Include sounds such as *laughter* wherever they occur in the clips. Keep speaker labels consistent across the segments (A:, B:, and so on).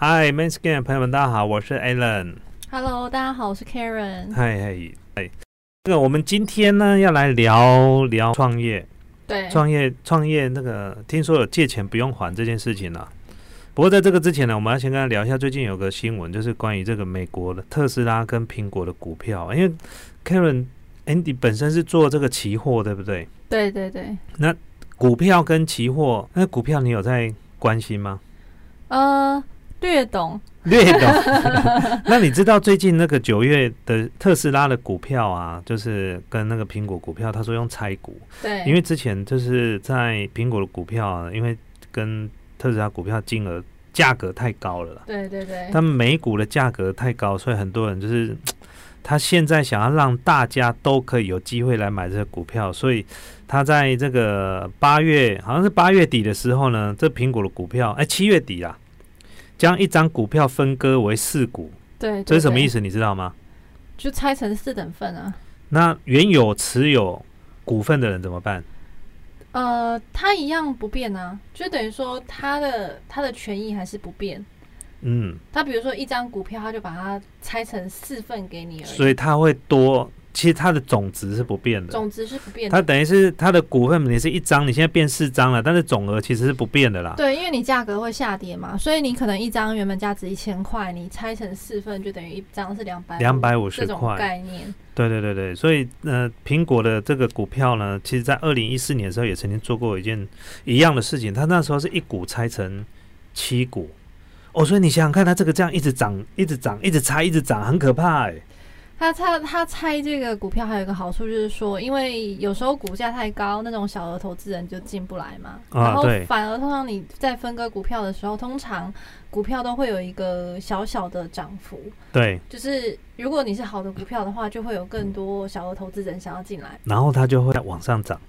A: 嗨 m a n s c a n 朋友们，大家好，我是 Alan。
B: Hello，大家好，我是 Karen。
A: 嗨嗨嗨，那个我们今天呢要来聊聊创业，
B: 对，
A: 创业创业那个听说有借钱不用还这件事情啊。不过在这个之前呢，我们要先跟他聊一下最近有个新闻，就是关于这个美国的特斯拉跟苹果的股票，因为 Karen Andy 本身是做这个期货，对不对？
B: 对对对，
A: 股票跟期货，那股票你有在关心吗？
B: 呃，略懂。
A: 略懂。 *laughs* 那你知道最近那个九月的特斯拉的股票啊，就是跟那个苹果股票，他说用拆股，
B: 对，
A: 因为之前就是在苹果的股票啊，因为跟特斯拉股票金额价格太高了啦，
B: 对对对，
A: 但美股的价格太高，所以很多人就是。他现在想要让大家都可以有机会来买这个股票，所以他在这个八月，好像是八月底的时候呢，这苹果的股票，哎，七月底啦，将一张股票分割为四股，
B: 对，
A: 这是什么意
B: 思？
A: 思？你知道吗？
B: 就拆成四等份啊。
A: 那原有持有股份的人怎么办？
B: 呃，它一样不变啊，就等于说它的它的权益还是不变。
A: 嗯，
B: 它比如说一张股票，它就把它拆成四份给你而已，
A: 所以他会多，其实它的总值是不变的。
B: 总值是不变
A: 它
B: 的。
A: 等于是它的股份，你是一张，你现在变四张了，但是总额其实是不变的啦。
B: 对，因为你价格会下跌嘛，所以你可能一张原本价值一千块，你拆成四份就等于一张是两百
A: 250
B: 这种
A: 块
B: 概念。
A: 对对对对，所以呃，苹果的这个股票呢，其实在二零一四年的时候也曾经做过一件一样的事情，它那时候是一股拆成七股，哦，所以你想想看，它这个这样一直涨，一直涨，一直拆，一直涨，很可怕哎、
B: 他拆他拆这个股票还有一个好处就是说，因为有时候股价太高，那种小额投资人就进不来嘛。
A: 啊
B: 然后
A: 对
B: 反而通常你在分割股票的时候，通常股票都会有一个小小的涨幅，
A: 对，
B: 就是如果你是好的股票的话，就会有更多小额投资人想要进来。
A: 然后它就会往上涨。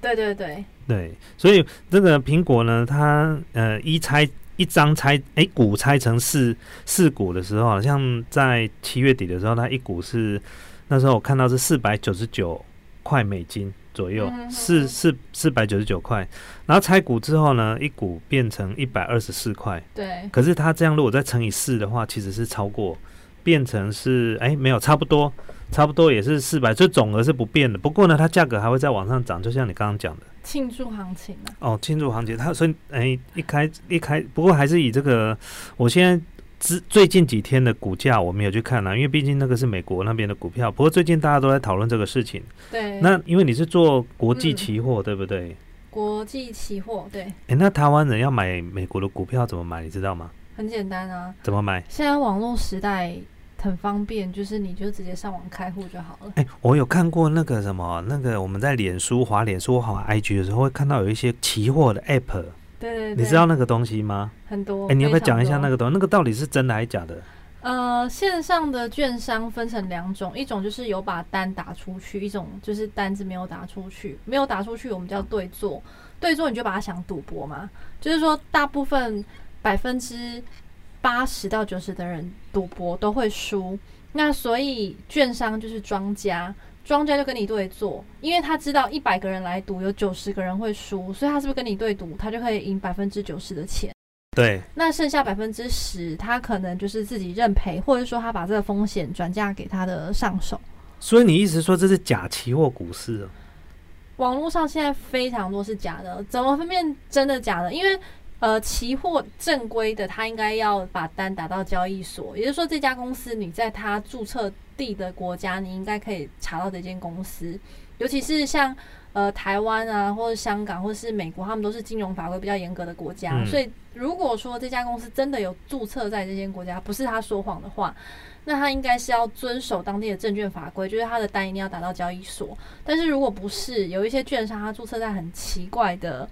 B: 对对对
A: 对，所以这个苹果呢，它呃一拆一张拆，哎股拆成四四股的时候，好像在七月底的时候，它一股是那时候我看到是四百九十九块美金左右
B: 嗯，
A: 四四四百九十九块，然后拆股之后呢，一股变成一百二十四块，
B: 对
A: 可是它这样如果再乘以四的话，其实是超过，变成是哎没有差不多，差不多也是四百，所以总额是不变的。不过呢，它价格还会再往上涨，就像你刚刚讲的。
B: 庆祝行情啊，
A: 哦，庆祝行情，它所以哎，一开一开，不过还是以这个，我现在之最近几天的股价我没有去看了、因为毕竟那个是美国那边的股票。不过最近大家都在讨论这个事情。
B: 对，
A: 那因为你是做国际
B: 嗯
A: 期货，对不对？
B: 国际期货对，
A: 哎，那台湾人要买美国的股票怎么买？你知道吗？
B: 很简单啊。
A: 怎么买？
B: 现在网络时代很方便，就是你就直接上网开户就好了。
A: 哎，我有看过那个什么，那个我们在脸书滑脸书滑 IG 的时候，会看到有一些期货的 App，
B: 对对对，
A: 你知道那个东西吗？
B: 很多。
A: 哎，你要不要讲一下那
B: 个？
A: 个东西？那个到底是真的还是假的？
B: 呃，线上的券商分成两种，一种就是有把单打出去，一种就是单子没有打出去。没有打出去，我们叫对做。对做你就把它想赌博嘛，就是说大部分百分之八十到九十的人赌博都会输。那所以券商就是庄家，庄家就跟你对做，因为他知道一百个人来赌，有九十个人会输，所以他是不是跟你对赌，他就可以赢百分之九十的钱。
A: 对，
B: 那剩下百分之十，他可能就是自己认赔，或者说他把这个风险转嫁给他的上手。
A: 所以你意思说这是假期货股市、哦？
B: 网络上现在非常多是假的，怎么分辨真的假的？因为呃，期货正规的，他应该要把单打到交易所，也就是说，这家公司你在它注册地的国家，你应该可以查到这间公司。尤其是像呃台湾啊，或者香港，或者是美国，他们都是金融法规比较严格的国家，
A: 嗯
B: 所以如果说这家公司真的有注册在这间国家，不是他说谎的话，那他应该是要遵守当地的证券法规，就是他的单一定要打到交易所。但是如果不是，有一些券商它注册在很奇怪的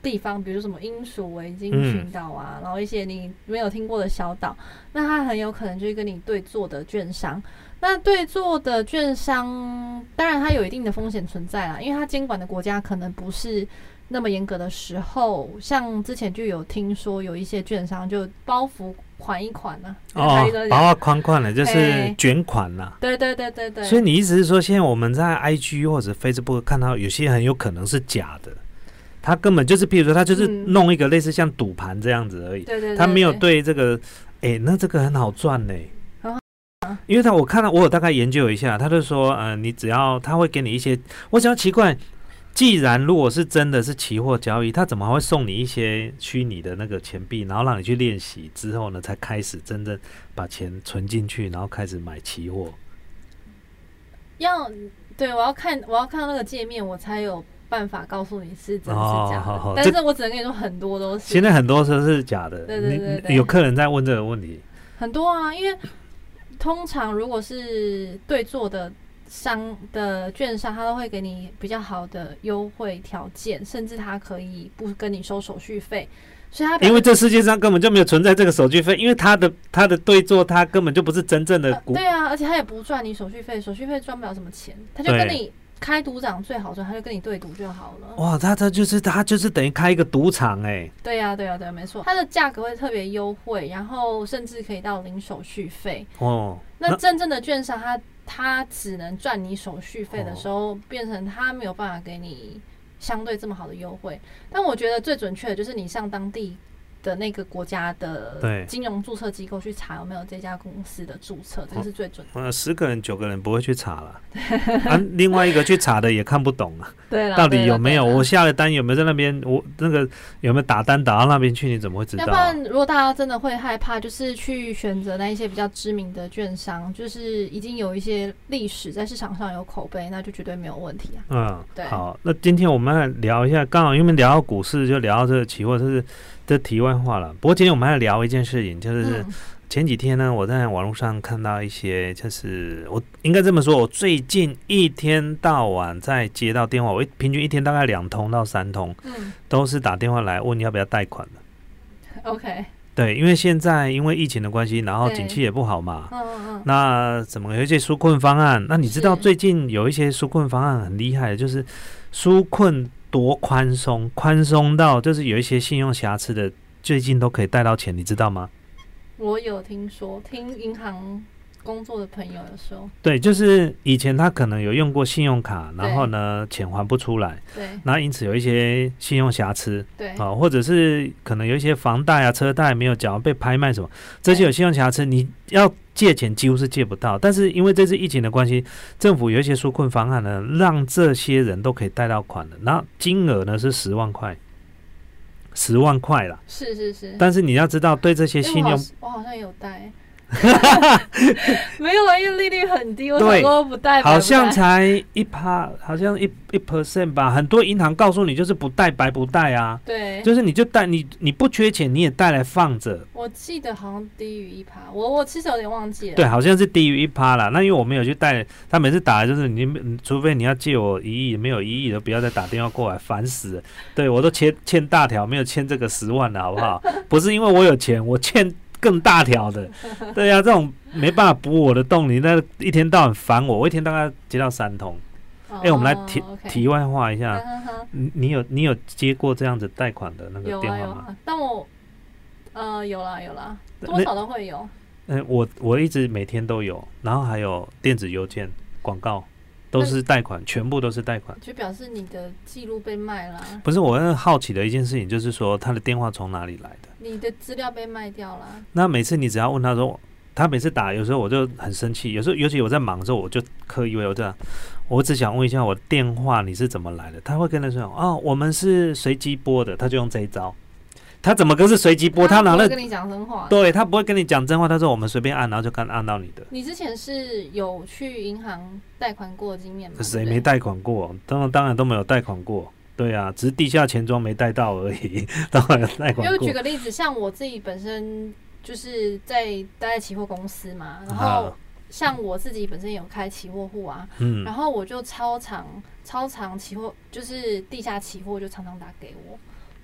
B: 地方，比如什么英属维京群岛啊，然后一些你没有听过的小岛，那它很有可能就是跟你对坐的券商。那对坐的券商，当然它有一定的风险存在啦，因为它监管的国家可能不是。那么严格的时候，像之前就有听说有一些券商就包袱款一款呢、啊，台
A: 哦
B: 语都，是这样
A: 把我框框了，就是
B: 哎
A: 卷款啦。
B: 对对对对对，
A: 所以你意思是说，现在我们在 IG 或者 Facebook 看到有些很有可能是假的，他根本就是，譬如说，他就是
B: 嗯
A: 弄一个类似像赌盘这样子而已，
B: 对对对，
A: 他没有
B: 对
A: 对这个，哎、那这个很好赚呢、
B: 很好啊
A: 因为他我看到我有大概研究一下，他就说，呃，你只要他会给你一些，我想要奇怪，既然如果是真的是期货交易，他怎么还会送你一些虚拟的那个钱币，然后让你去练习之后呢，才开始真正把钱存进去，然后开始买期货？
B: 要对我要看我要看到那个界面，我才有办法告诉你是真是
A: 哦
B: 假的。
A: 好好
B: 但
A: 这
B: 是我只能跟你说，很多都是
A: 现在很多时候是假的，
B: 对对对
A: 你
B: 对
A: 有客人在问这个问题，
B: 很多啊，因为通常如果是对做的商的券商，他都会给你比较好的优惠条件，甚至他可以不跟你收手续费，所以他表
A: 因为
B: 示
A: 这世界上根本就没有存在这个手续费，因为他的他的对做，他根本就不是真正的
B: 呃
A: 股
B: 对啊，而且他也不赚你手续费，手续费赚不了什么钱，他就
A: 对
B: 跟你开赌场最好赚，他就跟你对赌就好了。
A: 哇，他他就是他就是等于开一个赌场哎、
B: 对呀、对呀、对、啊，没错，它的价格会特别优惠，然后甚至可以到零手续费。
A: 哦，
B: 那
A: 那
B: 真正的券商它，它只能赚你手续费
A: 哦
B: 的时候，变成它没有办法给你相对这么好的优惠。但我觉得最准确的就是你上当地的那个国家
A: 对
B: 的金融注册机构去查有没有这家公司的注册，这是最准的。
A: 呃十个人九个人不会去查
B: *laughs*
A: 了，啊，另外一个去查的也看不懂啊，
B: 对啦
A: 到
B: 对
A: 底
B: 啦
A: 有没有
B: 对啦
A: 我下了单有没有在那边我那个有没有打单打到那边去，你怎么会知
B: 要
A: 道
B: 不
A: 啊、
B: 然，如果大家真的会害怕，就是去选择那一些比较知名的券商，就是已经有一些历史在市场上有口碑，那就绝对没有问题啊。对
A: 嗯，好，那今天我们来聊一下，刚好因为聊到股市，就聊到这个期货，这是这题外话了。不过今天我们还聊一件事情，就是
B: 嗯，
A: 前几天呢，我在网络上看到一些，就是我应该这么说，我最近一天到晚在接到电话，我一平均一天大概两通到三通，
B: 嗯
A: 都是打电话来问要不要贷款的。
B: ，OK，
A: 对，因为现在因为疫情的关系，然后
B: 对
A: 景气也不好嘛，
B: 嗯嗯嗯，
A: 那怎么有一些纾困方案？那你知道
B: 是
A: 最近有一些纾困方案很厉害的，就是纾困多宽松，宽松到就是有一些信用瑕疵的，最近都可以贷到钱，你知道吗？
B: 我有听说，听银行工作的朋友有说，
A: 对，就是以前他可能有用过信用卡，
B: 对
A: 然后呢钱还不出来，
B: 对
A: 那因此有一些信用瑕疵
B: 对
A: 啊，或者是可能有一些房贷啊、车贷没有缴，被拍卖什么，这些有信用瑕疵，你要借钱几乎是借不到。但是因为这次疫情的关系，政府有一些纾困方案呢，让这些人都可以贷到款的，那金额呢是十万块，十万块啦。
B: 是是是。
A: 但是你要知道，对这些
B: 因为
A: 信
B: 我好
A: 用
B: 像我好像有
A: *laughs*
B: 贷，没有啊，因为利率很低，我想
A: 对
B: 说不贷，
A: 好
B: 买不
A: 像
B: 贷
A: 才一趴，好像一一 percent 吧。很多银行告诉你就是不贷白不贷啊，
B: 对，
A: 就是你就贷你你不缺钱你也贷来放着。
B: 我记得好像低于一趴，我我其实有点忘记了。
A: 对，好像是低于一趴啦。那因为我们有去贷，他每次打来就是你，你除非你要借我一亿，没有一亿的不要再打电话过来，烦死了。对我都欠欠大条，没有欠这个十万的好不
B: *laughs*
A: 好？不是因为我有钱，我欠更大条的。对呀、这种没办法补我的洞，你那一天到晚烦我，我一天大概接到三通。
B: 哦，
A: 哎、我们来题
B: OK
A: 题外话一下，
B: 哈哈哈
A: 你你有你有接过这样子贷款的那个
B: 有
A: 电
B: 啊
A: 话
B: 有
A: 吗？
B: 啊，但我呃有啦有啦，多
A: 那
B: 少都会有。
A: 嗯、我我一直每天都有，然后还有电子邮件、广告，都是贷款，全部都是贷款。
B: 就表示你的记录被卖啦，
A: 不是我很好奇的一件事情，就是说他的电话从哪里来的？
B: 你的资料被卖掉啦。
A: 那每次你只要问他说，他每次打，有时候我就很生气，有时候尤其我在忙的时候，我就刻意为我这样，我只想问一下我电话你是怎么来的？他会跟他说，哦，我们是随机拨的，他就用这一招。他怎么个是随机拨？他
B: 他
A: 拿
B: 不
A: 了
B: 会跟你讲真话。
A: 对他不会跟你讲真话，他说我们随便按，然后就刚按到你的。
B: 你之前是有去银行贷款过的经验吗？
A: 谁
B: 对
A: 没？贷款过？当然当然都没有贷款过。对啊，只是地下钱庄没贷到而已， *laughs* 当然有贷
B: 因
A: 款
B: 为
A: 过
B: 举。个例子，像我自己本身就是在待在期货公司嘛，然后
A: 啊，
B: 像我自己本身有开期货户啊，
A: 嗯
B: 然，后我就超常超常期货，就是地下期货就常常打给我，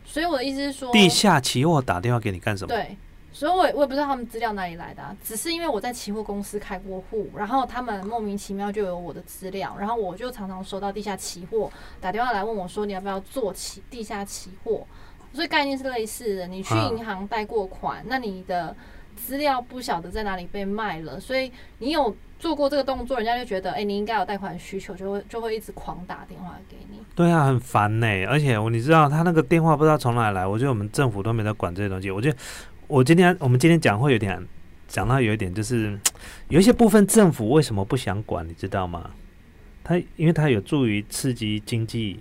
B: 所以我的意思是说，
A: 地下期货打电话给你干什么？
B: 对，所以我也我也不知道他们资料哪里来的、啊，只是因为我在期货公司开过户，然后他们莫名其妙就有我的资料，然后我就常常收到地下期货打电话来问我说你要不要做期地下期货，所以概念是类似的，你去
A: 啊
B: 银行贷过款，那你的。资料不晓得在哪里被卖了，所以你有做过这个动作，人家就觉得，哎、你应该有贷款需求，就会就会一直狂打电话给你。
A: 对啊，很烦呢、而且我你知道他那个电话不知道从哪来，我觉得我们政府都没在管这些东西。我觉得我今天我们今天讲会有点讲到有一点就是有一些部分政府为什么不想管，你知道吗？它因为它有助于刺激经济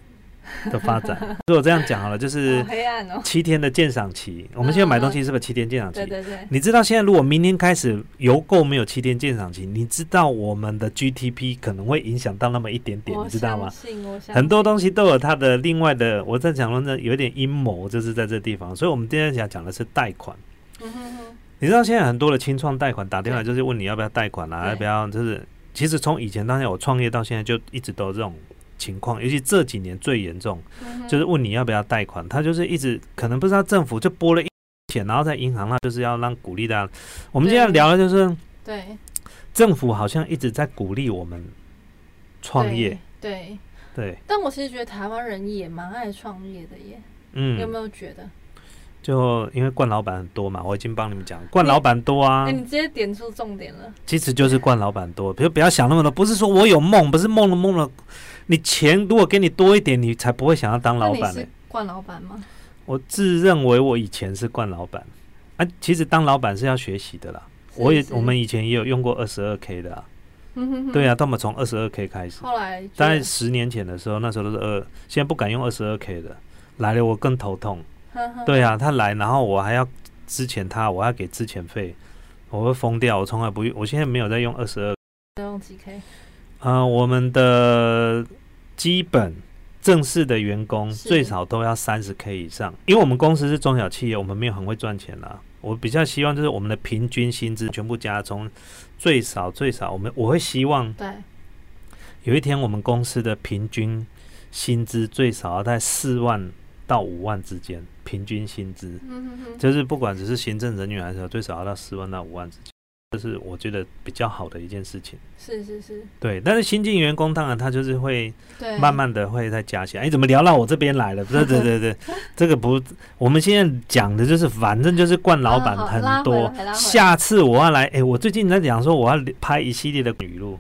A: 的发展。
B: *laughs*
A: 如果这样讲好了，就是
B: 好黑暗哦。
A: 七天的鉴赏期。我们现在买东西是不是七天鉴赏期
B: 对？对对，
A: 你知道现在如果明年开始邮购没有七天鉴赏期，你知道我们的 GTP 可能会影响到那么一点点，
B: 我
A: 你知道吗
B: 相？信我相
A: 很多
B: 信
A: 东西都有它的另外的，我在讲论呢，有点阴谋，就是在这地方。所以我们今天想讲的是贷款。
B: 嗯哼哼
A: 你知道现在很多的清创贷款打电话就是问你要不要贷款啊，
B: 对
A: 要不要？就是其实从以前当年我创业到现在就一直都有这种情况，尤其这几年最严重。
B: 嗯哼
A: 就是问你要不要贷款，他就是一直可能不知道政府就拨了一钱，然后在银行那就是要让鼓励大家。我们今天
B: 对
A: 聊的就是
B: 对
A: 政府好像一直在鼓励我们创业，
B: 对。对
A: 对，
B: 但我其实觉得台湾人也蛮爱创业的耶，你有
A: 嗯，
B: 没有觉得？
A: 就因为冠老板很多嘛，我已经帮你们讲，冠老板多啊
B: 哎、，你直接点出重点了。
A: 其实就是冠老板多，不要不要想那么多，不是说我有梦，不是梦了梦了，你钱如果给你多一点，你才不会想要当
B: 那
A: 老
B: 你
A: 板呢、欸
B: 是冠老板吗？
A: 我自认为我以前是冠老板，啊，其实当老板是要学习的啦。
B: 是
A: 我也
B: 是
A: 我们以前也有用过二十二 K 的、啊，
B: 嗯哦哼哼
A: 对啊，他们从二十二 K 开始，
B: 后来就
A: 大概十年前的时候，那时候都是二，现在不敢用二十二 K 的，来了我更头痛。
B: 呵呵
A: 对啊，他来，然后我还要支遣他，我还要给支遣费，我会疯掉。我从来不用，我现在没有在用二十二。
B: 都用几 K，
A: 呃，我们的基本正式的员工
B: 是
A: 最少都要三十 K 以上，因为我们公司是中小企业，我们没有很会赚钱啦、我比较希望就是我们的平均薪资全部加从最少最少，我们我会希望
B: 对，
A: 有一天我们公司的平均薪资最少要在四万到五万之间，平均薪资
B: 嗯哼哼，
A: 就是不管只是行政人员还是什么最少要到四万到五万之间，这是我觉得比较好的一件事情。
B: 是是是，
A: 对，但是新进员工当然他就是会
B: 对，
A: 慢慢的会再加起来。哎，怎么聊到我这边来了？对对对
B: *laughs*
A: 对，这个不，我们现在讲的就是，反正就是惯老板
B: 啊好
A: 很
B: 拉回
A: 多。
B: 来拉回来
A: 下次我要来，哎，我最近在讲说我要拍一系列的语录，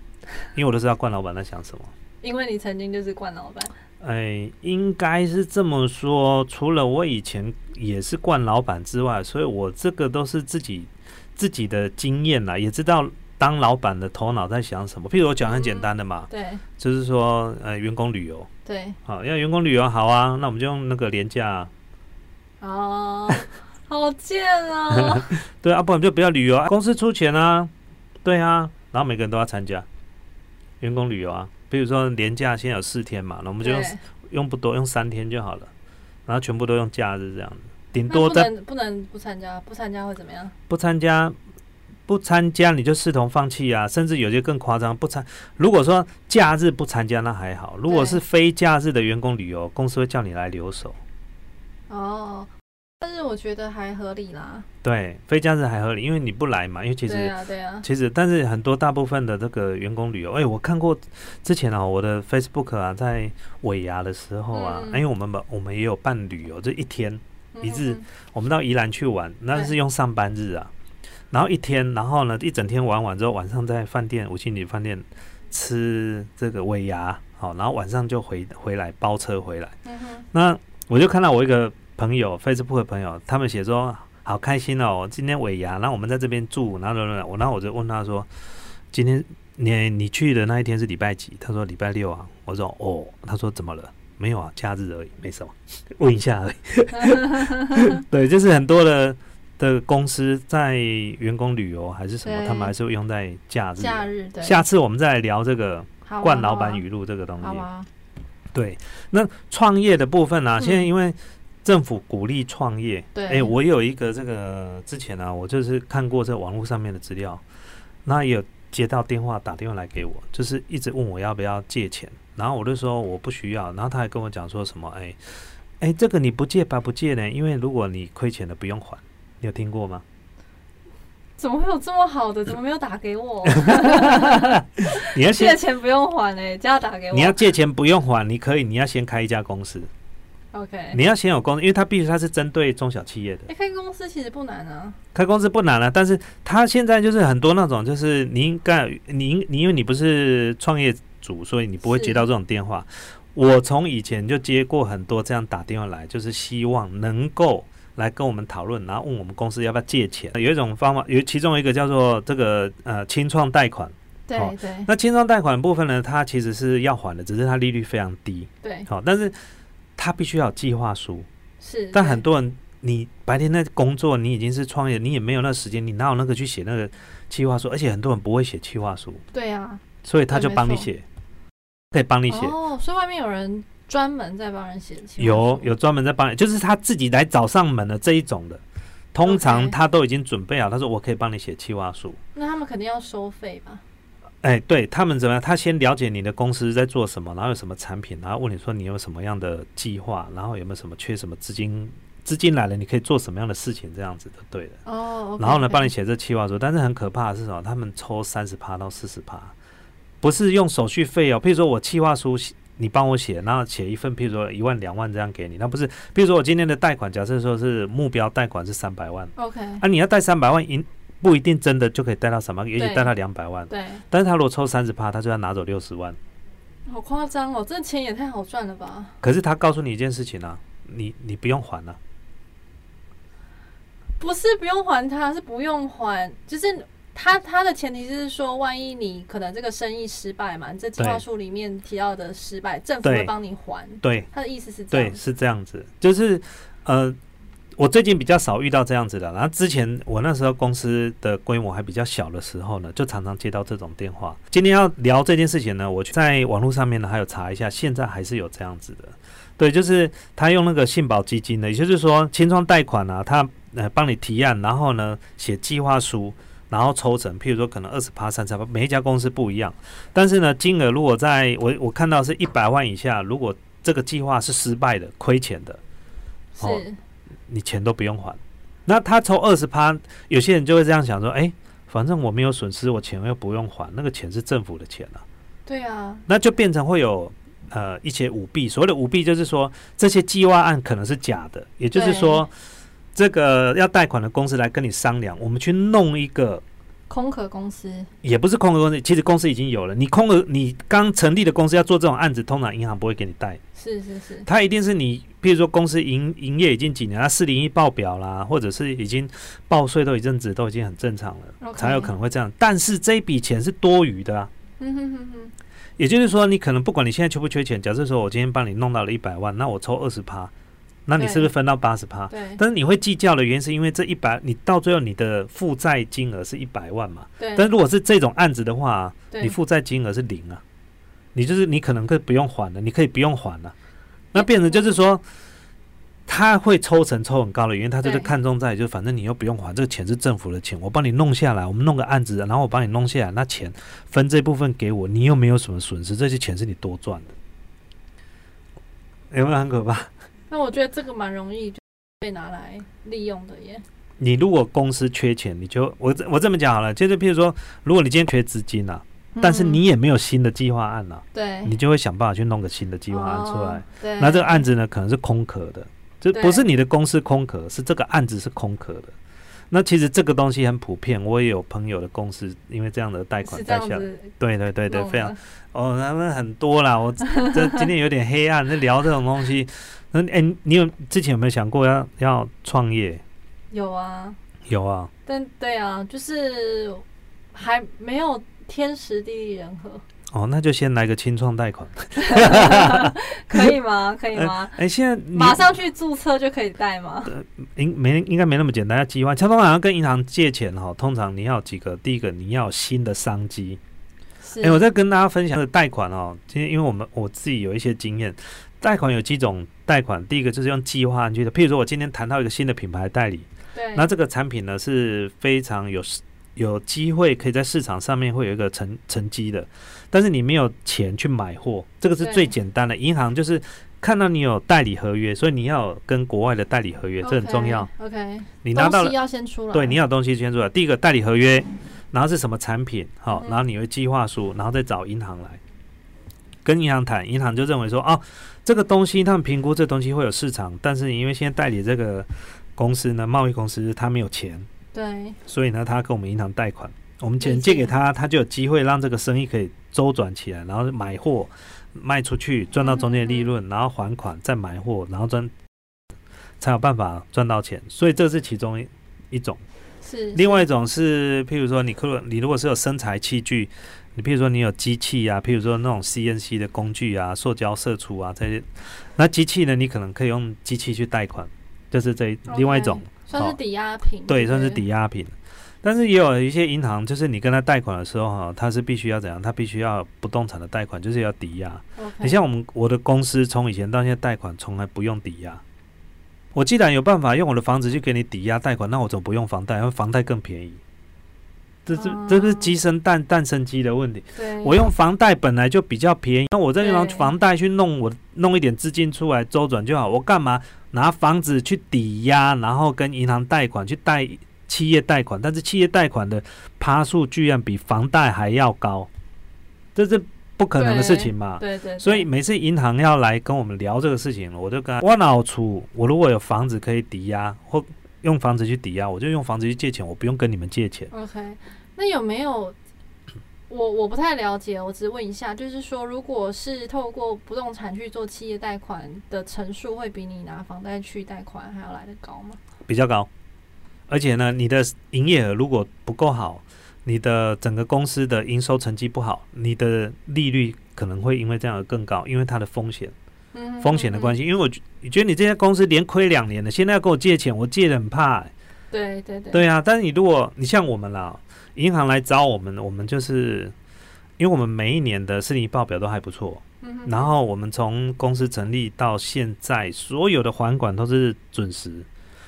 A: 因为我都知道冠老板在想什么。
B: 因为你曾经就是冠老板，
A: 哎，应该是这么说。除了我以前也是惯老板之外，所以我这个都是自己自己的经验啦，也知道当老板的头脑在想什么。譬如我讲很简单的嘛，
B: 对
A: 就是说，呃，员工旅游，
B: 对，
A: 好，要员工旅游好啊，那我们就用那个廉价、啊， *laughs*
B: 哦，好贱哦，
A: 对啊，不然就不要旅游啊，公司出钱啊，对啊，然后每个人都要参加员工旅游啊，比如说廉价现在有四天嘛，那 *laughs* 我们就用
B: 对
A: 用不多，用三天就好了，然后全部都用假日这样子，顶
B: 那
A: 多
B: 不
A: 在
B: 能不能不参加，不参加会怎么样？
A: 不参加。不参加你就视同放弃啊，甚至有些更夸张，不参。如果说假日不参加那还好，如果
B: 对
A: 是非假日的员工旅游，公司会叫你来留守。
B: 哦，但是我觉得还合理啦，
A: 对，非假日还合理，因为你不来嘛，因为其实
B: 对啊对啊，
A: 其实，但是很多大部分的这个员工旅游，哎、我看过之前啊，我的 Facebook 啊，在尾牙的时候啊，
B: 嗯
A: 因为我们把我们也有办旅游，就一天，啊一
B: 嗯
A: 致
B: 哼哼
A: 我们到宜兰去玩，那
B: 对
A: 是用上班日啊，然后一天，然后呢，一整天玩完之后，晚上在饭店五星级饭店吃这个尾牙，好，然后晚上就回回来包车回来。
B: 嗯哼，
A: 那我就看到我一个朋友，Facebook 的朋友，他们写说好开心哦，今天尾牙，然后我们在这边住，然后然后然后我然后我就问他说，今天你你去的那一天是礼拜几？他说礼拜六啊。我说哦，他说怎么了？没有啊，假日而已，没什么， *laughs* 问一下而已。对，就是很多的的公司在员工旅游还是什么，
B: 对
A: 他们还是会用在假日。
B: 假日对，
A: 下次我们再来聊这个
B: 好啊
A: 冠老板，语录这个东西。
B: 好啊好啊，
A: 对，那创业的部分呢、啊，
B: 嗯
A: 现在因为政府鼓励创业，
B: 对，
A: 哎、我有一个这个之前啊，我就是看过这网络上面的资料，那也有接到电话打电话来给我，就是一直问我要不要借钱，然后我就说我不需要，然后他还跟我讲说什么，哎、哎、这个你不借白不借呢，因为如果你亏钱了不用还，你有听过吗？ *laughs*
B: 怎么会有这么好的？怎么没有打
A: *laughs*
B: 给我？
A: 你要
B: 借
A: 先
B: 钱不用还哎、欸，就要打给我。
A: 你要借钱不用还，你可以，你要先开一家公司。
B: OK，
A: 你要先有公，因为它必须它是针对中小企业的。
B: 哎，开公司其实不难啊。
A: 开公司不难了、但是它现在就是很多那种，就是你应该你你因为你不是创业主，所以你不会
B: 是
A: 接到这种电话。我从以前就接过很多这样打电话来，就是希望能够来跟我们讨论，然后问我们公司要不要借钱。有一种方法，有其中一个叫做这个呃清创贷款。
B: 对
A: 好
B: 对
A: 那清创贷款的部分呢，它其实是要还的，只是它利率非常低。
B: 对，
A: 好、但是它必须要有计划书。
B: 是。
A: 但
B: 对
A: 很多人，你白天在工作，你已经是创业，你也没有那时间，你哪有那个去写那个计划书？而且很多人不会写计划书，
B: 对啊，
A: 所以他
B: 对
A: 就
B: 嗯没
A: 帮你
B: 错
A: 写，可以帮你写。
B: 哦，所以外面有人专门在帮人写情
A: 有
B: 书
A: 有专门在帮你，就是他自己来找上门的这一种的，通常
B: OK
A: 他都已经准备好，他说我可以帮你写计划书。
B: 那他们肯定要收费吧？
A: 哎，对他们怎么样？他先了解你的公司在做什么，然后有什么产品，然后问你说你有什么样的计划，然后有没有什么缺什么资金，资金来了你可以做什么样的事情，这样子就对了。
B: 哦，
A: 然后呢，帮你
B: 你
A: 写这企划书，但是很可怕的是什么？他们抽三十趴到四十趴，不是用手续费哦。譬如说我企划书写，你帮我写，然后写一份，譬如说一万两万这样给你，那不是？譬如说我今天的贷款，假设说是目标贷款是三百万，
B: OK，
A: 啊，你要贷三百万，银不一定真的就可以贷到三百万，也许
B: 对
A: 贷到两百万，
B: 对，
A: 但是他如果抽三十趴，他就要拿走六十万。
B: 好夸张哦，这钱也太好赚了吧？
A: 可是他告诉你一件事情啊，你你不用还啊了、
B: 不是不用还他，是不用还，就是他他的前提是说，万一你可能这个生意失败嘛，你这计划
A: 对
B: 书里面提到的失败，政府
A: 对
B: 会帮你还。
A: 对，
B: 他的意思是这
A: 对，
B: 样，
A: 是这样子，就是呃，我最近比较少遇到这样子的。然后之前我那时候公司的规模还比较小的时候呢，就常常接到这种电话。今天要聊这件事情呢，我去在网络上面呢还有查一下，现在还是有这样子的。对，就是他用那个信保基金的，也就是说清创贷款啊，他呃帮你提案，然后呢写计划书。然后抽成，譬如说可能二十趴、三十趴，每一家公司不一样。但是呢，金额如果在我我看到是一百万以下，如果这个计划是失败的、亏钱的，
B: 是、
A: 哦你钱都不用还。那他抽二十趴，有些人就会这样想说：，哎，反正我没有损失，我钱又不用还，那个钱是政府的钱啊，
B: 对啊，
A: 那就变成会有呃一些舞弊。所谓的舞弊，就是说这些计划案可能是假的，也就是说，这个要贷款的公司来跟你商量，我们去弄一个。
B: 空壳公司
A: 也不是空额公司，其实公司已经有了。你空额，你刚成立的公司要做这种案子，通常银行不会给你贷。
B: 是是是，
A: 它一定是你，比如说公司营营业已经几年，它四零一报表啦，或者是已经报税都一阵子，都已经很正常了
B: OK
A: 才有可能会这样。但是这一笔钱是多余的啊，
B: 嗯哼哼哼，
A: 也就是说，你可能不管你现在缺不缺钱，假设说我今天帮你弄到了一百万，那我抽二十趴，那你
B: 对
A: 是不是分到八十趴？
B: 对
A: 但是你会计较的原因是因为这一百，你到最后你的负债金额是一百万嘛？但
B: 对
A: 如果是这种案子的话啊、
B: 对
A: 你，负债金额是零啊，你就是你可能可以不用还了，你可以不用还了。那变成就是说，他会抽成抽很高的原因，他就是
B: 对
A: 看重在就是反正你又不用还，这个钱是政府的钱，我帮你弄下来，我们弄个案子，然后我帮你弄下来，那钱分这部分给我，你又没有什么损失，这些钱是你多赚的，有没有很可怕？
B: 那我觉得这个蛮容易就被拿来利用的耶。
A: 你如果公司缺钱，你就我这我这么讲好了，就是譬如说，如果你今天缺资金啊，但是
B: 嗯
A: 你也没有新的计划案啊，
B: 对
A: 你就会想办法去弄个新的计划案出来
B: 哎哦。对，
A: 那这个案子呢，可能是空壳的，就
B: 对
A: 不是你的公司空壳，是这个案子是空壳的。那其实这个东西很普遍，我也有朋友的公司因为这样的贷款
B: 是这
A: 贷
B: 样
A: 下来，
B: 子，
A: 对对对对，非常。哦，他们很多啦。我这今天有点黑暗，在聊这种东西。 *laughs* 那哎、你有之前有没有想过要要创业？
B: 有啊，
A: 有啊，
B: 但对啊，就是还没有天时地利人
A: *laughs*
B: 和，
A: 哦，那就先来个清创贷款。
B: 可以吗？可以吗？
A: 哎、现在你
B: 马上去注册就可以贷吗？
A: 应没应该没那么简单，要计划。像通常要跟银行借钱哈、哦，通常你要有几个，第一个你要有新的商机，
B: 是，
A: 哎、我在跟大家分享的贷款哦，今天因为我们我自己有一些经验，贷款有几种贷款，第一个就是用计划案去的，譬如说我今天谈到一个新的品牌代理，
B: 对，
A: 那这个产品呢是非常有市有机会可以在市场上面会有一个成成绩的，但是你没有钱去买货，这个是
B: 对
A: 最简单的。银行就是看到你有代理合约，所以你要有跟国外的代理合约，这很重要。。
B: OK，
A: 你拿到了
B: 东西要先出来，
A: 对，你要有东西先出来。第一个代理合约，然后是什么产品，好、
B: 嗯
A: 然后你有计划书，然后再找银行来。跟银行谈，银行就认为说，哦，这个东西他们评估这东西会有市场，但是因为现在代理这个公司呢，贸易公司他没有钱，
B: 对，
A: 所以呢，他跟我们银行贷款，我们钱
B: 理
A: 借
B: 解
A: 给他，他就有机会让这个生意可以周转起来，然后买货卖出去，赚到中间的利
B: 嗯
A: 润，然后还款再买货，然后赚才有办法赚到钱。所以这是其中一一种。
B: 是
A: 另外一种是，譬如说你可你如果是有生产器具，你譬如说你有机器啊，譬如说那种 CNC 的工具啊、塑胶射出啊这些，那机器呢，你可能可以用机器去贷款，就是这一另外一种。
B: 算是
A: 哦
B: 抵押品，
A: 对，
B: 不
A: 算是抵押品。但是也有一些银行，就是你跟他贷款的时候哈、他是必须要怎样？他必须要有不动产的贷款，就是要抵押。
B: OK，
A: 你像我们我的公司，从以前到现在贷款从来不用抵押。我既然有办法用我的房子去给你抵押贷款，那我怎么不用房贷？因为房贷更便宜。这这这是鸡生蛋，蛋生鸡的问题。
B: 对，
A: 我用房贷本来就比较便宜，那我再用
B: 对
A: 房贷去弄我弄一点资金出来周转就好，我干嘛拿房子去抵押，然后跟银行贷款去贷企业贷款？但是企业贷款的趴数居然比房贷还要高，这是不可能的事情嘛？
B: 对对对，
A: 所以每次银行要来跟我们聊这个事情，我就跟他我脑出，我如果有房子可以抵押或用房子去抵押，我就用房子去借钱，我不用跟你们借钱。
B: OK，那有没有？我我不太了解，我只问一下，就是说，如果是透过不动产去做企业贷款的成数，会比你拿房贷去贷款还要来得高吗？
A: 比较高，而且呢，你的营业额如果不够好，你的整个公司的营收成绩不好，你的利率可能会因为这样而更高，因为它的风险
B: 嗯，
A: 风险的关
B: 系。
A: 系。因为我觉你觉得你这家公司连亏两年了，现在要跟我借钱，我借的很怕、欸
B: 对对对，
A: 对啊，但是你如果你像我们啦，银行来找我们，我们就是。因为我们每一年的事情报表都还不错，
B: 嗯哼
A: 然后我们从公司成立到现在，所有的还款都是准时，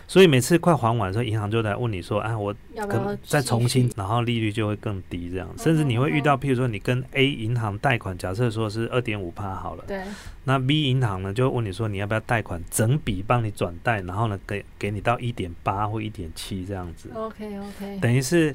A: 所以每次快还完的时候，银行就来问你说：“啊，我
B: 要不
A: 可
B: 要
A: 能再
B: 继
A: 重新
B: 续？，嗯
A: 然后利率就会更低，这样，甚至你会遇到，譬如说你跟 A 银行贷款，假设说是二点五趴好了，
B: 对，
A: 那 B 银行呢就会问你说你要不要贷款整笔帮你转贷，然后呢给给你到一点八或一点七这样子，
B: OK OK，
A: 等于是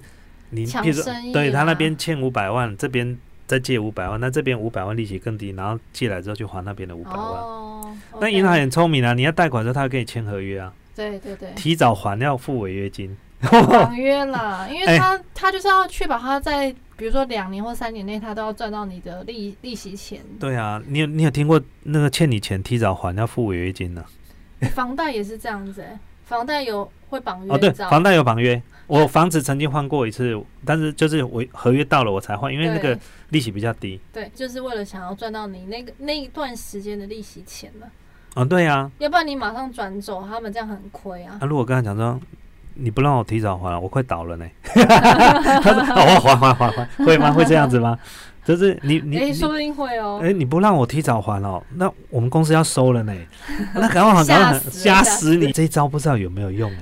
A: 你
B: 抢
A: 譬如说
B: 生意
A: 对他那
B: 啦
A: 边欠五百万，这边再借五百万，那这边五百万利息更低，然后借来之后就还那边的五百万。
B: 哦，
A: 啊那
B: OK
A: 银行很聪明啊，你要贷款的时候，他会跟你签合约啊，
B: 对对对，
A: 提早还要付违约金。
B: 绑约啦，因
A: 哦哎
B: 为他他就是要确保他在比如说两年或三年内，他都要赚到你的利利息钱，
A: *laughs* 对啊，你有你有听过那个欠你钱提早还要付违约金呢、
B: *laughs* 房贷也是这样子、欸，房贷有会绑约
A: 哦，对，
B: 照
A: 房贷有绑
B: *laughs*
A: 约，我房子曾经换过一次，但是就是我合约到了我才换，因为那个
B: 对
A: 利息比较低。
B: 对，就是为了想要赚到你那个那一段时间的利息钱嘛，
A: 哦，对啊，
B: 要不然你马上转走，他们这样很亏啊
A: 那、。如果跟他讲说你不让我提早还，我快倒了
B: *laughs*
A: 呢，他说哦，我还还还还，会吗？会这样子吗？就是你你
B: 哎、
A: 你
B: 说不定会哦、
A: 哎、你不让我提早还哦，那我们公司要收
B: *laughs*
A: 了呢。那赶快还，赶快还
B: 吓死了
A: 吓
B: 吓
A: 死你！这一招不知道有没有用
B: *laughs*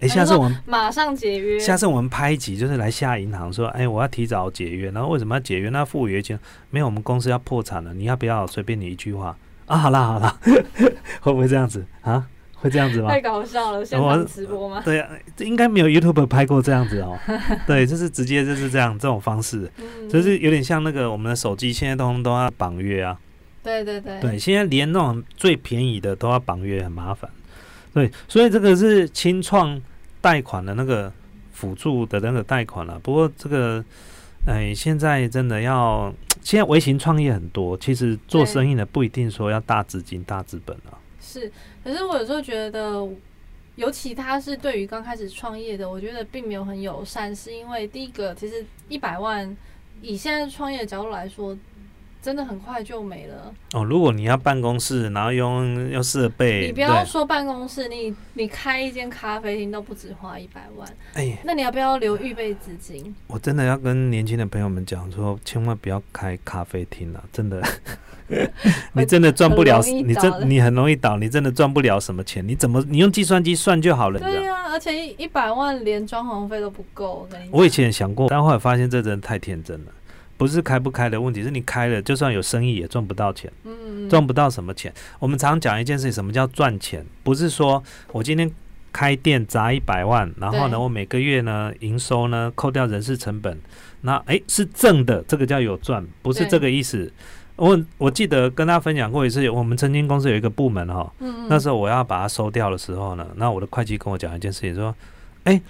A: 哎、哎、下次我们
B: 马上解约。
A: 下次我们拍一集，就是来下银行说，哎、我要提早解约，然后为什么要解约？那付违约金没有，我们公司要破产了，你要不要？随便你一句话啊，好啦好啦， *laughs* 会不会这样子啊？会这样子吗
B: 太？搞笑了，现场直播吗？
A: 对啊，这应该没有 YouTube 拍过这样子
B: *laughs*
A: 哦。对，就是直接就是这样这种方式，
B: 嗯，
A: 就是有点像那个我们的手机现在通通都要绑约啊。
B: 对对对，
A: 对，现在连那种最便宜的都要绑约，很麻烦。对，所以这个是清创贷款的那个辅助的那个贷款了、不过这个，哎，现在真的要，现在微型创业很多，其实做
B: 对
A: 生意的不一定说要大资金、大资本啊。
B: 是。可是我有时候觉得，尤其他是对于刚开始创业的，我觉得并没有很友善，是因为第一个，其实一百万以现在创业的角度来说，真的很快就没了。
A: 哦，如果你要办公室，然后用用设备，
B: 你不
A: 对，
B: 要说办公室，你你开一间咖啡厅都不止花一百万，
A: 哎，
B: 那你要不要留预备资金？
A: 我真的要跟年轻的朋友们讲说，千万不要开咖啡厅了、真
B: *laughs*
A: 的，你真的赚不了，
B: 很容易
A: 你
B: 倒
A: 真
B: 的
A: 你很容易倒，你真的赚不了什么钱，你怎么你用计算机算就好了，你知
B: 对
A: 道。
B: 呀、而且一一百万连装潢费都不够，我跟你
A: 我以前也想过，但后来发现这真的太天真了，不是开不开的问题，是你开了就算有生意也赚不到钱，
B: 嗯，
A: 赚不到什么钱。我们常讲一件事情，什么叫赚钱？不是说我今天开店砸一百万，然后
B: 对
A: 呢，我每个月呢营收呢扣掉人事成本，那诶是挣的，这个叫有赚，不是
B: 对
A: 这个意思。我我记得跟大家分享过一次，我们曾经公司有一个部门哈、
B: 嗯嗯，
A: 那时候我要把它收掉的时候呢，那我的会计跟我讲一件事情，说：“哎、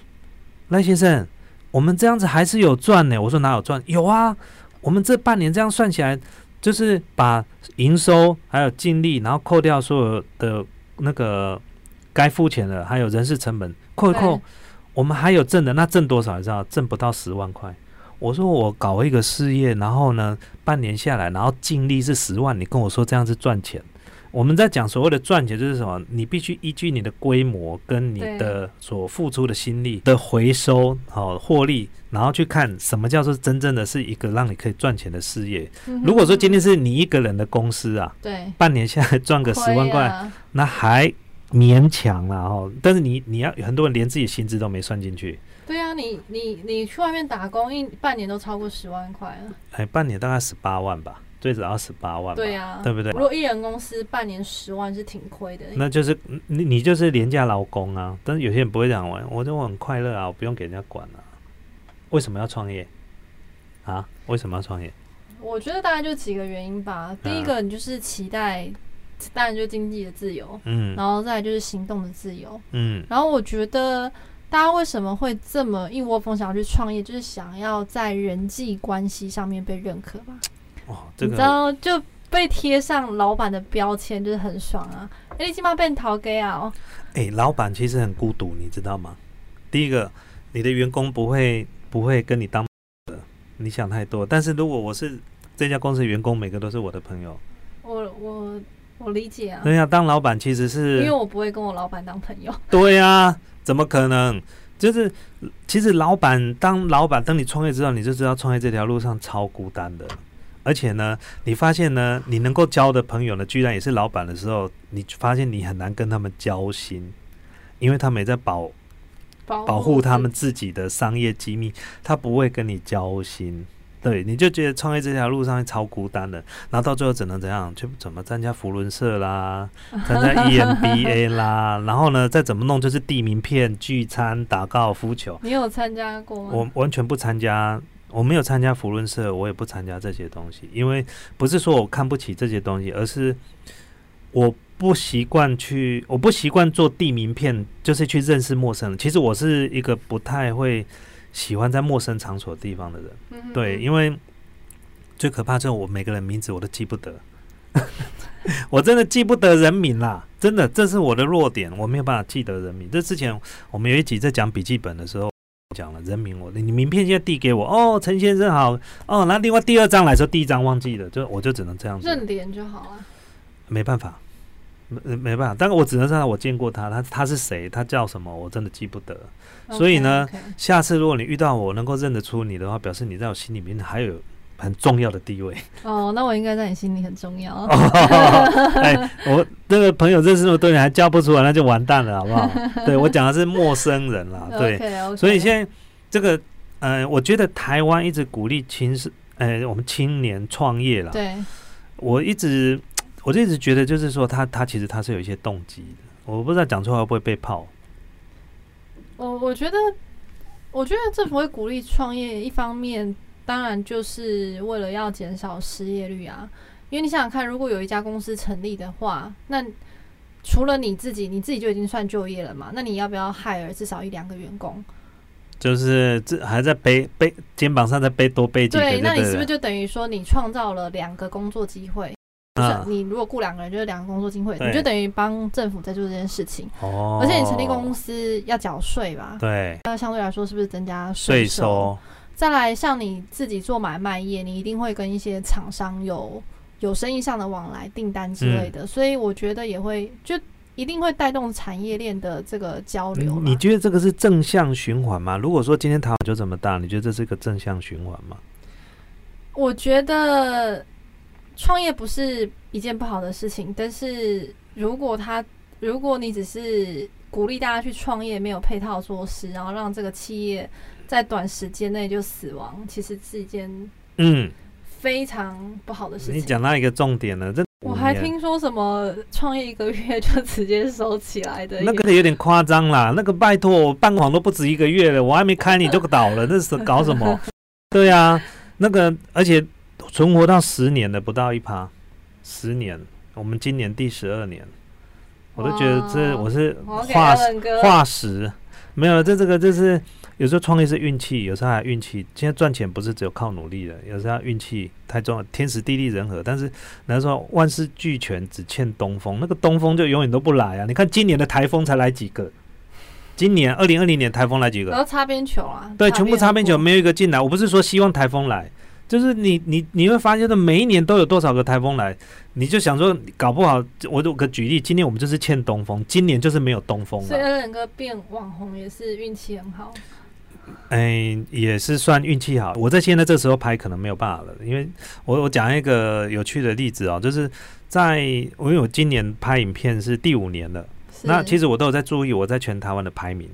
A: 赖先生，我们这样子还是有赚呢。”我说：“哪有赚？有啊，我们这半年这样算起来，就是把营收还有净利，然后扣掉所有的那个该付钱的，还有人事成本，扣一扣
B: 对，
A: 我们还有挣的。那挣多少？你知道？挣不到十万块。”我说我搞一个事业，然后呢，半年下来，然后净利是十万，你跟我说这样是赚钱？我们在讲所谓的赚钱就是什么？你必须依据你的规模跟你的所付出的心力的回收，好、获利，然后去看什么叫做真正的是一个让你可以赚钱的事业。
B: 嗯哼
A: 如果说今天是你一个人的公司啊，
B: *laughs* 对
A: 半年下来赚个十万
B: 亏
A: 块，
B: 啊
A: 那还勉强啦哦。但是你你要很多人连自己薪资都没算进去，
B: 对啊，你你你去外面打工一半年都超过十万块了，
A: 哎，半年大概十八万吧，最少要十八万吧。
B: 对啊，
A: 对不对
B: 如果一人公司半年十万是挺亏的，
A: 那就是嗯你你就是廉价劳工啊，但是有些人不会这样玩，我就我很快乐啊，我不用给人家管啊。为什么要创业啊？为什么要创业？
B: 我觉得大概就几个原因吧。
A: 嗯
B: 第一个，你就是期待，当然就是经济的自由，
A: 嗯
B: 然后再来就是行动的自由。
A: 嗯
B: 然后我觉得大家为什么会这么一窝蜂想要去创业，就是想要在人际关系上面被认可吧？
A: 哦，这
B: 你
A: 个
B: 知道就被贴上老板的标签，就是很爽啊！哎、你起码被你逃给啊、哦！
A: 哎、老板其实很孤独，你知道吗？第一个，你的员工不会不会跟你当的，你想太多。但是如果我是这家公司的员工，每个都是我的朋
B: 哦
A: 友，
B: 我我我理解啊，
A: 那要当老板其实
B: 因
A: 是
B: 为我不会跟我老板当朋友。
A: 对呀、怎么可能？就是其实老板当老板，当你创业之后，你就知道创业这条路上超孤单的。而且呢，你发现呢，你能够交的朋友呢，居然也是老板的时候，你发现你很难跟他们交心，因为他们也在保
B: 保
A: 保护他们自己的商业机密，他不会跟你交心。对，你就觉得创业这条路上超孤单的，然后到最后只能怎样？就怎么参加福伦社 *laughs* 啦，参加 E EMBA 啦，然后呢，再怎么弄就是递名片、聚餐、打高尔夫球。
B: 你有参加过吗？
A: 我完全不参加，我没有参加福伦社，我也不参加这些东西，因为不是说我看不起这些东西，而是我不习惯去，我不习惯做递名片，就是去认识陌生人。其实我是一个不太会喜欢在陌生场所地方的人，
B: 嗯哼
A: 对，因为最可怕就是我每个人名字我都记不得。 *laughs* 我真的记不得人名啦，真的，这是我的弱点，我没有办法记得人名。这之前我们有一集在讲笔记本的时候讲了人名我，你名片现在递给我，哦，陈先生好，哦，那另外第二张来说，第一张忘记了，就我就只能这样子，
B: 认脸就好了。
A: 没办法，没没办法，但是我只能让我见过他，他他是谁，他叫什么，我真的记不得。所以呢
B: OK，OK，
A: 下次如果你遇到我能够认得出你的话，表示你在我心里面还有很重要的地位。
B: 哦，那我应该在你心里很重要。
A: 哦， *laughs* 哎，我那个朋友认识那么多年还叫不出来，那就完蛋了，好不
B: *laughs*
A: 好？对我讲的是陌生人啦，对。
B: o k
A: 所以现在这个，呃，我觉得台湾一直鼓励青是，呃，我们青年创业啦。
B: 对，
A: 我一直，我就一直觉得，就是说他他其实他是有一些动机的。我不知道讲出来会不会被泡。
B: 我我觉得，我觉得政府会鼓励创业，一方面当然就是为了要减少失业率啊，因为你想想看，如果有一家公司成立的话，那除了你自己，你自己就已经算就业了嘛，那你要不要害了至少一两个员工？
A: 就是这还在背背肩膀上再背多背几个就
B: 对，
A: 对了，
B: 那你是不是就等于说你创造了两个工作机会？就是
A: 啊？
B: 你如果雇两个人，就是两个工作机会，
A: 对
B: 你就等于帮政府在做这件事情。
A: 哦，
B: 而且你成立公司要缴税吧？
A: 对
B: 那相对来说是不是增加
A: 税
B: 收
A: 收，
B: 再来，像你自己做买卖业，你一定会跟一些厂商有有生意上的往来、订单之类的，所以我觉得也会就一定会带动产业链的这个交
A: 你
B: 流啦
A: 你觉得这个是正向循环吗？如果说今天台湾就这么大，你觉得这是一个正向循环吗？
B: 我觉得创业不是一件不好的事情，但是如果他如果你只是鼓励大家去创业，没有配套措施，然后让这个企业在短时间内就死亡，其实是一件
A: 嗯，
B: 非常不好的事情。
A: 你讲到一个重点了，这
B: 我还
A: 五年
B: 听说什么创业一个月就直接收起来的，
A: 那个有点夸张啦，那个拜托，我办网都不止一个月了，我还没开你就倒了，那是搞什么？对啊，那个而且存活到十年的不到一趴，十年，我们今年第十二年，我都觉得这
B: 哇
A: 我是
B: 我给
A: 化
B: Alan 哥
A: 化石，没有这这个就是有时候创业是运气，有时候还运气。现在赚钱不是只有靠努力的，有时候运气太重要，天时地利人和。但是人家说万事俱全，只欠东风，那个东风就永远都不来啊！你看今年的台风才来几个，今年二零二零年台风来几个
B: 然？后擦边球啊，
A: 对，全部擦边球，
B: 过。
A: 没有一个进来。我不是说希望台风来，就是你你你会发现，的每一年都有多少个台风来，你就想说，搞不好我有个举例，今年我们就是欠东风，今年就是没有东风
B: 所以
A: 了。
B: Allen 哥变网红也是运气很好，
A: 哎，也是算运气好。我在现在这时候拍可能没有办法了，因为我我讲一个有趣的例子哦，就是在我有今年拍影片是第五年了，
B: 是
A: 那其
B: 实
A: 实我都有在注意我在全台湾的排名。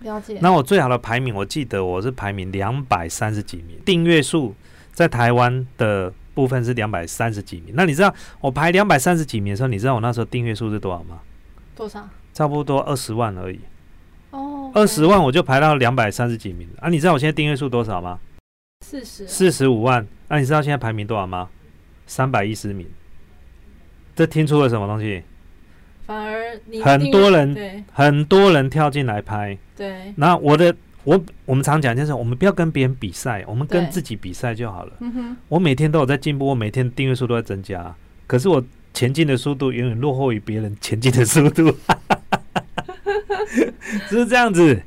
B: 了解。
A: 那我最好的排名，我记得我是排名两百三十几名，订阅数在台湾的部分是两百三十几名。那你知道我排两百三十几名的时候，你知道我那时候订阅数是多少吗？
B: 多少？
A: 差不多二十万而已，
B: 哦，
A: 二十万我就排到两百三十几名啊！你知道我现在订阅数多少吗？
B: 四十啊
A: 四十五万。那、你知道现在排名多少吗？三百一十名。这听出了什么东西？
B: 反而你
A: 很
B: 订阅
A: 多人
B: 对
A: 很多人跳进来拍，
B: 对，
A: *laughs* 那我的我我们常讲就是，我们不要跟别人比赛，我们跟
B: 对
A: 自己比赛就好了。
B: 嗯哼，
A: 我每天都有在进步，我每天订阅数都在增加，可是我前进的速度远远落后于别人前进的速度， *laughs* 就是这样子。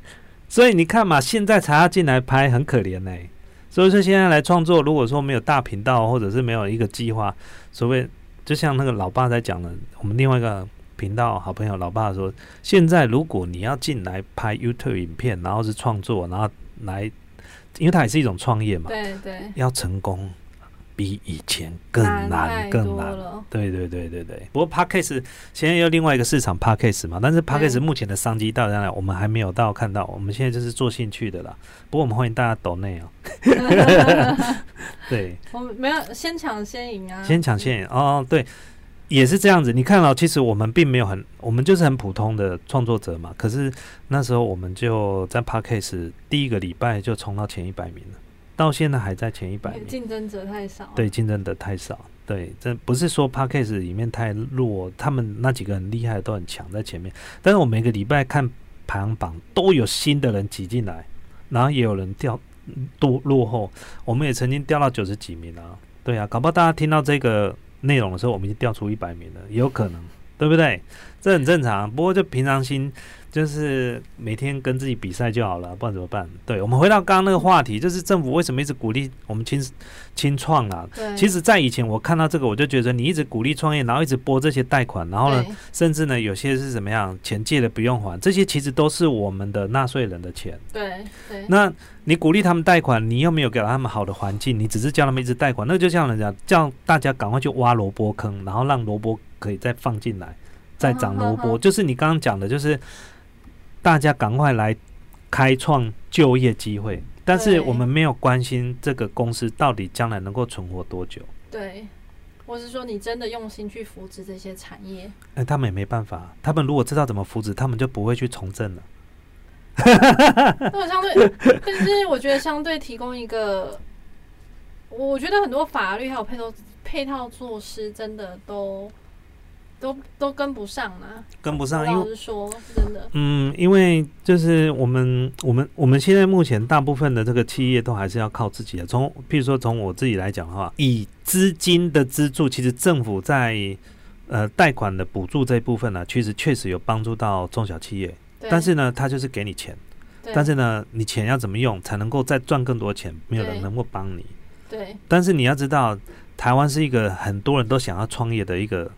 A: 所以你看嘛，现在才要进来拍，很可怜呢、所以说现在来创作，如果说没有大频道，或者是没有一个计划，所谓就像那个老爸在讲的，我们另外一个频道好朋友老爸说，现在如果你要进来拍 YouTube 影片，然后是创作，然后来，因为它也是一种创业嘛，
B: 对对，
A: 要成功比以前更难
B: 太
A: 更
B: 多
A: 难。 *laughs*
B: 了。
A: 对对对对对，不过 Podcast 现在有另外一个市场 Podcast 嘛，但是 Podcast 目前的商机到底在哪里？我们还没有到看到，我们现在就是做兴趣的啦。不过我们欢迎大家抖内哦。对，
B: 我们没有先抢先赢啊，
A: 先抢先赢哦，对，也是这样子。你看哦，其实我们并没有很，我们就是很普通的创作者嘛。可是那时候我们就在 Podcast 第一个礼拜就冲到前一百名了，到现在还在前一百名。
B: 竞争者太少。
A: 对，竞争的太少。对，这不是说 p a c k a g e 里面太弱，他们那几个很厉害的都很强在前面。但是我每个礼拜看排行榜，都有新的人挤进来，然后也有人掉多落后。我们也曾经掉到九十几名啊。对啊，搞不好大家听到这个内容的时候，我们已经掉出一百名了，也有可能，对不对？这很正常。啊不过就平常心，就是每天跟自己比赛就好了，不然怎么办？对，我们回到刚刚那个话题，就是政府为什么一直鼓励我们青青创啊？
B: 对，
A: 其实，在以前我看到这个，我就觉得你一直鼓励创业，然后一直拨这些贷款，然后呢，
B: 对
A: 甚至呢，有些是怎么样，钱借了不用还，这些其实都是我们的纳税人的钱。
B: 对对，
A: 那你鼓励他们贷款，你又没有给他们好的环境，你只是叫他们一直贷款，那就像人家叫大家赶快去挖萝卜坑，然后让萝卜可以再放进来，再长萝
B: 嗯嗯
A: 卜。
B: 嗯
A: 就是你刚刚讲的，就是大家赶快来开创就业机会，但是
B: 对
A: 我们没有关心这个公司到底将来能够存活多久。
B: 对，我是说你真的用心去扶植这些产
A: *laughs*
B: 业，
A: 哎，他们也没办法，他们如果知道怎么扶持，他们就不会去从政了。
B: 那我相对，但是我觉得相对提供一个，我觉得很多法律还有配套配套措施真的都都都跟不上啦。
A: 跟不
B: 我
A: 上，因
B: 老
A: 为
B: 实说，真的，
A: 嗯，因为就是我们我们我们现在目前大部分的这个企业都还是要靠自己的。从譬如说从我自己来讲的话，以资金的资助，其实政府在呃贷款的补助这一部分呢、其实确实有帮助到中小企业。
B: 对
A: 但是呢，它就是给你钱，
B: 对
A: 但是呢，你钱要怎么用才能够再赚更多钱，没有人
B: 对
A: 能够帮你。
B: 对
A: 但是你要知道，台湾是一个很多人都想要创业的一个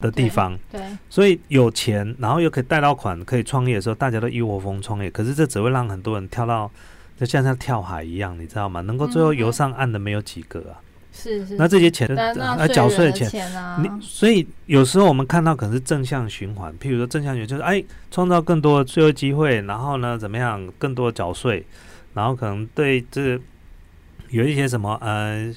A: 的地方，
B: 对
A: 所以有钱，然后又可以贷到款，可以创业的时候，大家都一窝蜂创业。可是这只会让很多人跳到，就像像跳海一样，你知道吗？能够最后
B: 嗯嗯
A: 游上岸的没有几个啊。
B: 是是，
A: 那这些钱就
B: 但
A: 要
B: 纳
A: 缴税
B: 税
A: 的
B: 人
A: 钱
B: 的，钱啊，
A: 你所以有时候我们看到可能是正向循环，譬如说正向循环就是哎，创造更多的就业机会，然后呢怎么样，更多的缴税，然后可能对这有一些什么呃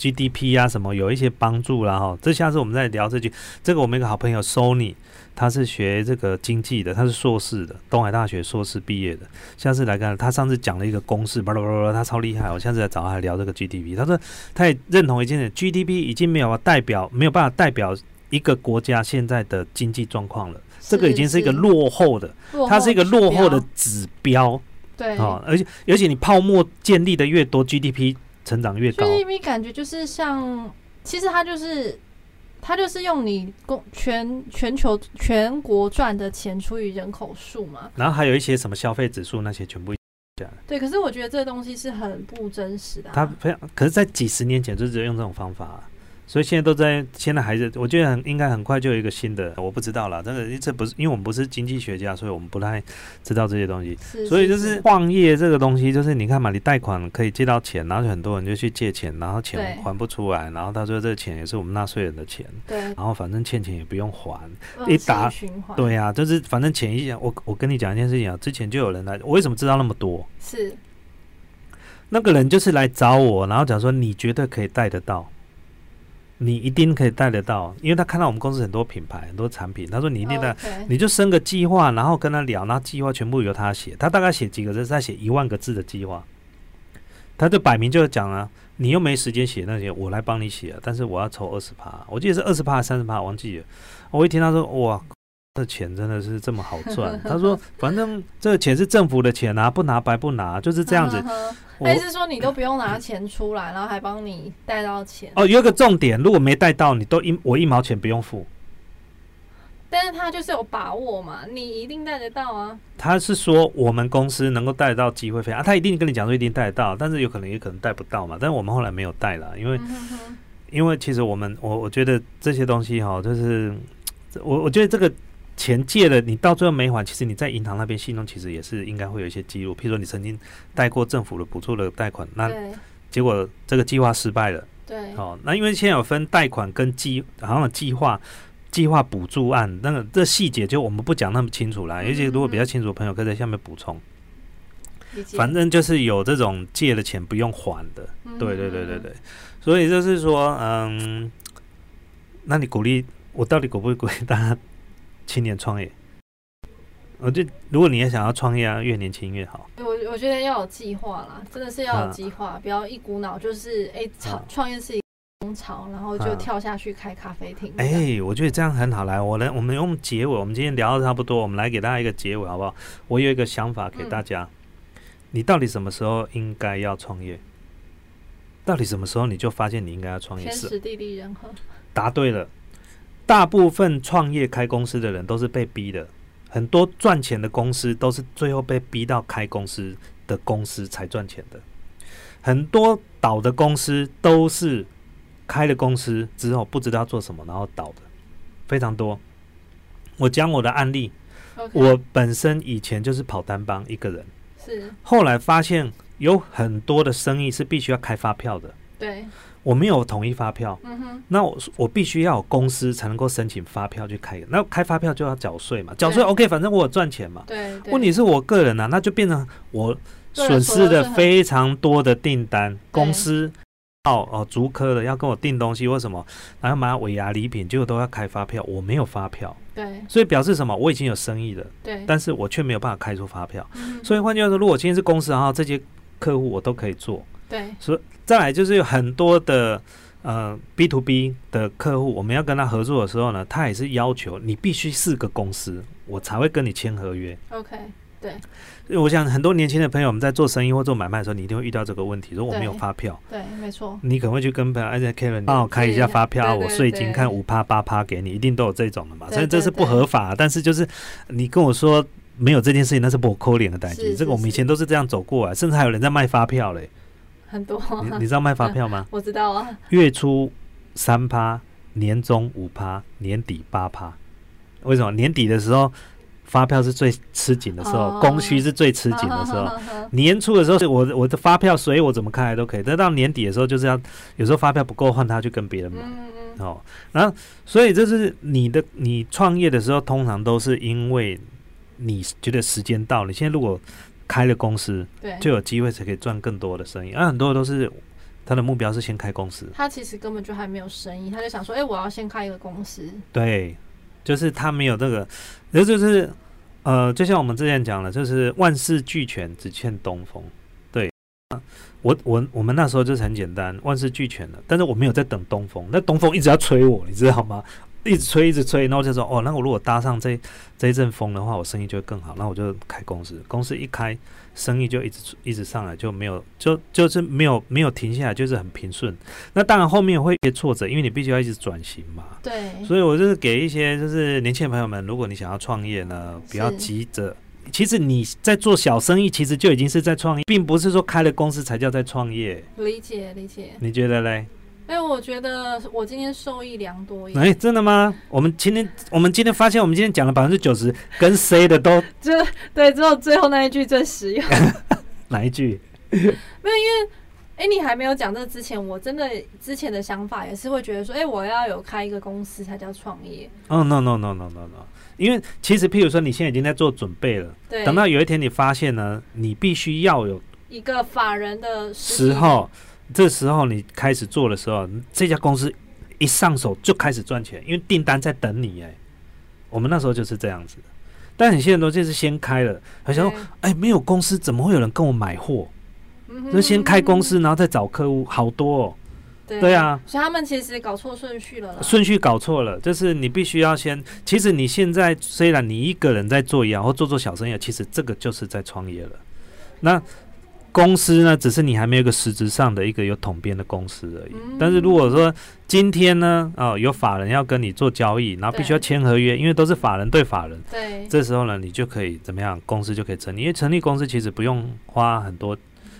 A: GDP 啊什么有一些帮助啦哈。这下次我们再聊这句。这个我们一个好朋友 Sony，他是学这个经济的，他是硕士的，东海大学硕士毕业的。下次来看，他上次讲了一个公式，巴拉巴拉巴拉，他超厉害。我下次来找他聊这个 GDP，他说他也认同一件事，GDP 已经没有代表没有办法代表一个国家现在的经济状况了，这个已经是一个落后的，
B: 落
A: 它是一个落后的
B: 指
A: 指标。
B: 标对
A: 啊、而且而且你泡沫建立的越多，GDP 成长越高。
B: GDP 感觉就是像，其实它就是它就是用你公全全球全国赚的钱除以人口数嘛。
A: 然后还有一些什么消费指数那些全部下来，
B: 对，可是我觉得这个东西是很不真实的、啊。
A: 它非常，可是，在几十年前就只有用这种方法、啊，所以现在都在，现在还是我觉得很应该很快就有一个新的，我不知道啦，这个这不是因为我们不是经济学家，所以我们不太知道这些东西。
B: 是
A: 所以就是创业这个东西，就是你看嘛，你贷款可以借到钱，然后就很多人就去借钱，然后钱
B: 对嗯
A: 还不出来，然后他说这个钱也是我们纳税人的钱，
B: 对
A: 然后反正欠钱也不用还，
B: 恶
A: 一
B: 性
A: 打
B: 循环，
A: 对呀、就是反正前一我我跟你讲一件事情啊，之前就有人来，我为什么知道那么多？
B: 是
A: 那个人就是来找我，然后讲说你绝对可以带得到，你一定可以带得到，因为他看到我们公司很多品牌、很多产品，他说你一定带，
B: 哦 OK
A: 你就生个计划，然后跟他聊，然后计划全部由他写，他大概写几个字，他写一万个字的计划，他就摆明就讲了、你又没时间写那些，我来帮你写、啊但是我要抽二十趴，我记得是二十趴、三十趴，忘记了。我一听他说，哇，这钱真的是这么好赚。他说，反正这个钱是政府的钱啊，不拿白不拿，就是这
B: *laughs*
A: 样子。
B: 呵呵
A: 我
B: 嗯他意思说你都不用拿钱出来，然后还帮你带到钱，
A: 哦，有一个重点，如果没带到，你都一我一毛钱不用付。
B: 但是他就是有把握嘛，你一定带得到啊。
A: 他是说我们公司能够带得到机会费啊，他一定跟你讲说一定带得到，但是有可能也可能带不到嘛。但是我们后来没有带了，因为
B: 嗯哼哼
A: 因为其实我们我我觉得这些东西哈，就是这我我觉得这个钱借了，你到最后没还，其实你在银行那边信用其实也是应该会有一些记录，譬如说你曾经贷过政府的补助的贷款，那
B: 对
A: 结果这个计划失败了。
B: 对，
A: 哦，那因为现在有分贷款跟计，好像有计划、计划补助案，那个这细节就我们不讲那么清楚啦。
B: 嗯
A: 尤其如果比较清楚的朋友，可以在下面补充。
B: 理解
A: 反正就是有这种借的钱不用还的，对对对对，
B: 嗯
A: 对。所以就是说，嗯，那你鼓励我到底鼓不鼓励大家青年创业？我就如果你也想要创业啊，越年轻越好。
B: 我我觉得要有计划啦，真的是要
A: 嗯
B: 有计划，不要一股脑就是哎，创
A: 嗯
B: 创业是一个风潮，然后就
A: 嗯
B: 跳下去开咖啡厅。
A: 哎、我觉得这样很好。来，我来，我们用结尾，我们今天聊的差不多，我们来给大家一个结尾，好不好？我有一个想法给大家：你到底什么时候应该要创业？到底什么时候你就发现你应该要创业？
B: 天
A: 是
B: 时地利人和，
A: 答对了。大部分创业开公司的人都是被逼的，很多赚钱的公司都是最后被逼到开公司的公司才赚钱的。很多倒的公司都是开了公司之后不知道做什么，然后倒的非常多。我讲我的案例，
B: OK，
A: 我本身以前就是跑单帮一个人，
B: 是
A: 后来发现有很多的生意是必须要开发票的，
B: 对，
A: 我没有统一发票，
B: 嗯哼，
A: 那我我必须要有公司才能够申请发票去开，那开发票就要缴税嘛，缴税
B: 对
A: OK，反正我有赚钱嘛。
B: 对对。啊
A: 问题是我个人啊，那就变成我损失了非常多的订单，公司哦哦足科的要跟我订东西，为什么？然后买尾牙礼品，结果都要开发票，我没有发票，
B: 对
A: 所以表示什么？我已经有生意了，
B: 对，
A: 但是我却没有办法开出发票。
B: 嗯
A: 所以换句话说，如果今天是公司，然后这些客户我都可以做，
B: 对
A: 再来就是有很多的呃 B to B 的客户，我们要跟他合作的时候呢，他也是要求你必须是个公司，我才会跟你签合约。
B: OK，
A: 因为我想很多年轻的朋友，我们在做生意或做买卖的时候，你一定会遇到这个问题：如果我没
B: 对
A: 有发票，
B: 对，没错，
A: 你可能会去跟朋友，而哎且 Karen 帮我开一下发票啊，
B: 对对
A: 我税
B: 对
A: 金看五趴八趴给你，一定都有这种的嘛。
B: 对
A: 所以这是
B: 对
A: 不合法，但是就是你跟我说。没有这件事情，那是不扣脸的代
B: 是
A: 际。这个我们
B: 是
A: 以前都是这样走过来，甚至还有人在卖发票嘞。
B: 很多，
A: 你你知道卖
B: 嗯
A: 发票吗？
B: 我知道啊，
A: 月初三趴，年终五趴，年底八趴。为什么？年底的时候发票是最吃紧的时候，
B: 哦
A: 供需是最吃紧的时候。
B: 呵呵呵
A: 年初的时候，是我的我的发票随我怎么开来都可以，但到年底的时候，就是要有时候发票不够换它去跟别人买。
B: 嗯嗯嗯，
A: 哦，然后所以这是你的，你创业的时候通常都是因为你觉得时间到了，你现在如果开了公司，
B: 对，
A: 啊就有机会才可以赚更多的生意。而、很多都是他的目标是先开公司。
B: 他其实根本就还没有生意，他就想说，哎、我要先开一个公司，
A: 对，就是他没有这个，也就是呃，就像我们之前讲了，就是万事俱全，只欠东风。对，啊我我我们那时候就是很简单，万事俱全了，但是我没有在等东风，那东风一直要吹我，你知道吗？一直吹，一直吹，然后就说哦，那我如果搭上这这一阵风的话，我生意就会更好，那我就开公司，公司一开，生意就一直一直上来，就没有就就是没有没有停下来，就是很平顺。那当然后面会有一些挫折，因为你必须要一直转型嘛。
B: 对，
A: 所以我就是给一些就是年轻的朋友们，如果你想要创业呢，不要
B: 是
A: 急着。其实你在做小生意，其实就已经是在创业，并不是说开了公司才叫在创业。
B: 理解理解。
A: 你觉得嘞？
B: 哎、我觉得我今天受益良多耶，
A: 哎、真的吗？我们今天我们今天发现，我们今天讲了百分之九十跟 C 的都
B: 就对，只有最后那一句最实用。 *laughs*
A: 哪一句？
B: 哎、你还没有讲这之前，我真的之前的想法也是会觉得说，哎、我要有开一个公司才叫创业。
A: 哦、n o no no no no no，因为其实譬如说你现在已经在做准备了，
B: 对，
A: 等到有一天你发现呢，你必须要有
B: 一个法人的实体
A: 时候，这时候你开始做的时候，这家公司一上手就开始赚钱，因为订单在等你哎。我们那时候就是这样子的，但很些人都就是先开了，好像
B: 对啊
A: 哎没有公司怎么会有人跟我买货？
B: 嗯哼
A: 就先开公司，然后再找客户，好多哦。
B: 对
A: 对，啊，
B: 所以他们其实搞错顺序了啦。
A: 顺序搞错了，就是你必须要先。其实你现在虽然你一个人在做业，或做做小生意，其实这个就是在创业了。那公司呢，只是你还没有一个实质上的一个有统编的公司而已。
B: 嗯
A: 但是如果说今天呢，哦，有法人要跟你做交易，然后必须要签合约，因为都是法人对法人，
B: 对，
A: 这时候呢，你就可以怎么样？公司就可以成立，因为成立公司其实不用花很多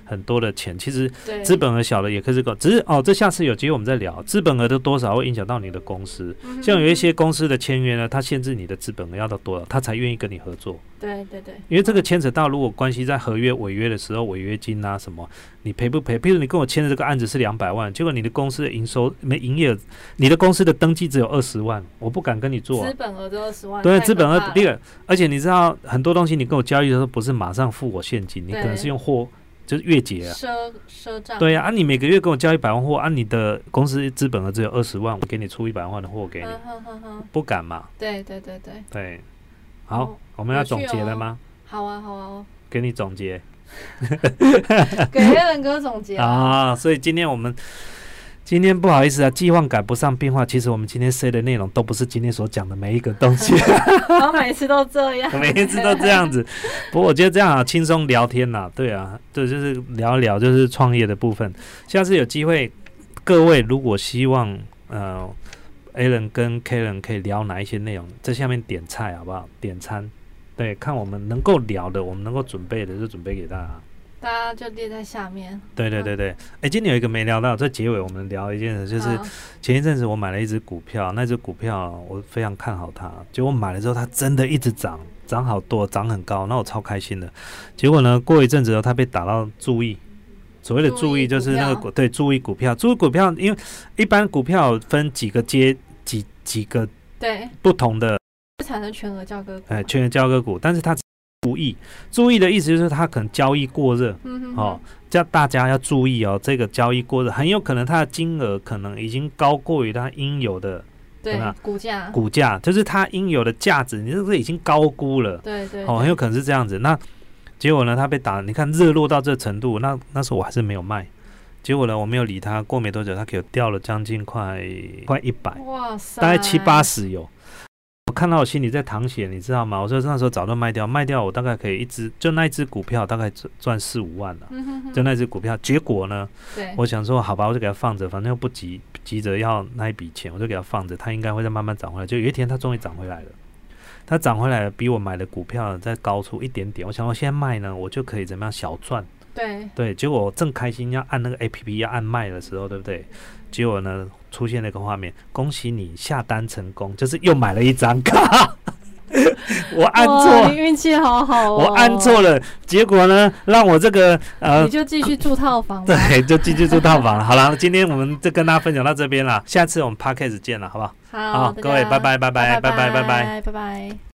A: 很多的钱，其实
B: 对，
A: 资本额小的也可以是个，只是哦，这下次有机会我们再聊。资本额的多少会影响到你的公司，
B: 嗯哼
A: 像有一些公司的签约呢，它限制你的资本额要到多少，它才愿意跟你合作。
B: 对对对，
A: 因为这个牵扯到，如果关系在合约违约的时候，违约金啊什么，你赔不赔？譬如你跟我签的这个案子是两百万，结果你的公司的营收没营业额，你的公司的登记只有二十万，我不敢跟你做、啊
B: 资。本额都二十万，
A: 对，
B: 太可
A: 资本额
B: 怕了
A: 第二，而且你知道很多东西，你跟我交易的时候不是马上付我现金，你
B: 对
A: 可能是用货，就是月结啊。
B: 赊赊账，
A: 对呀、啊，你每个月给我交一百万货，啊，你的公司资本额只有二十万，我给你出一百万的货给你，
B: 嗯哼哼哼，
A: 不敢嘛？
B: 对对对对，
A: 对，好，
B: 哦
A: 我们要
B: 有趣
A: 总结了
B: 哦
A: 吗？
B: 好啊
A: *laughs*
B: 好啊，
A: 给你总结
B: 给黑人哥总结啊，
A: 啊，所以今天我们。今天不好意思啊，计划赶不上变化。其实我们今天 say 的内容都不是今天所讲的每一个东西，
B: 然后每次都这样，
A: *laughs* 每一次都这样子。不过我觉得这样啊，轻松聊天呐、对啊，对，就是聊一聊就是创业的部分。下次有机会，各位如果希望呃 a l a n 跟 Karen 可以聊哪一些内容，在下面点菜好不好？点餐，对，看我们能够聊的，我们能够准备的就准备给大家。
B: 大家就列在下面，
A: 对对对对，哎，今天有一个没聊到，在结尾我们聊一件事，就是
B: 好
A: 前一阵子我买了一只股票，那只股票我非常看好它，结果买了之后它真的一直涨，涨好多，涨很高，那我超开心的。结果呢，过一阵子后它被打到注意，所谓的注意就是那个
B: 注意股票
A: 股对注意股票，注意股票，因为一般股票分几个阶几几个
B: 对，
A: 不同的
B: 产生全额交割股嘛，
A: 哎确认交割股，但是它注意注意的意思就是它可能交易过热，
B: 嗯哼哼，
A: 哦，叫大家要注意哦，这个交易过热，很有可能它的金额可能已经高过于它应有的
B: 对
A: 怎么样，
B: 股价，
A: 股价，就是它应有的价值，你这个已经高估了，
B: 对对，
A: 哦，
B: 对
A: 很有可能是这样子。那结果呢，它被打，你看热络到这程度，那那时候我还是没有卖，结果呢，我没有理它，过没多久，它给我掉了将近快快一百，
B: 哇塞，
A: 大概七八，十有。我看到我心里在淌血，你知道吗？我说那时候早就卖掉，卖掉我大概可以一只，就那一只股票大概赚赚四五万了、
B: 嗯哼哼，
A: 就那只股票。结果呢，
B: 对，
A: 我想说，好吧，我就给它放着，反正又不急急着要那一笔钱，我就给它放着，它应该会再慢慢涨回来。就有一天，它终于涨回来了，它涨回来了，比我买的股票再高出一点点。我想，我现在卖呢，我就可以怎么样小赚？
B: 对，
A: 对，结果我正开心要按那个 A P P 要按卖的时候，对不对？结果呢，出现了一个画面，恭喜你下单成功，就是又买了一张卡， *laughs* 我按
B: 哇你
A: 错，
B: 运气好好哦，
A: 我按，错了，结果呢，让我这个呃
B: 你就继续住套房吧，
A: *laughs* 对，就继续住套房了。好了，今天我们就跟大家分享到这边了，下次我们 podcast 见了，好不好？
B: 好，大
A: 各位，
B: 家
A: 拜拜，拜拜，拜拜，拜拜。
B: 拜拜。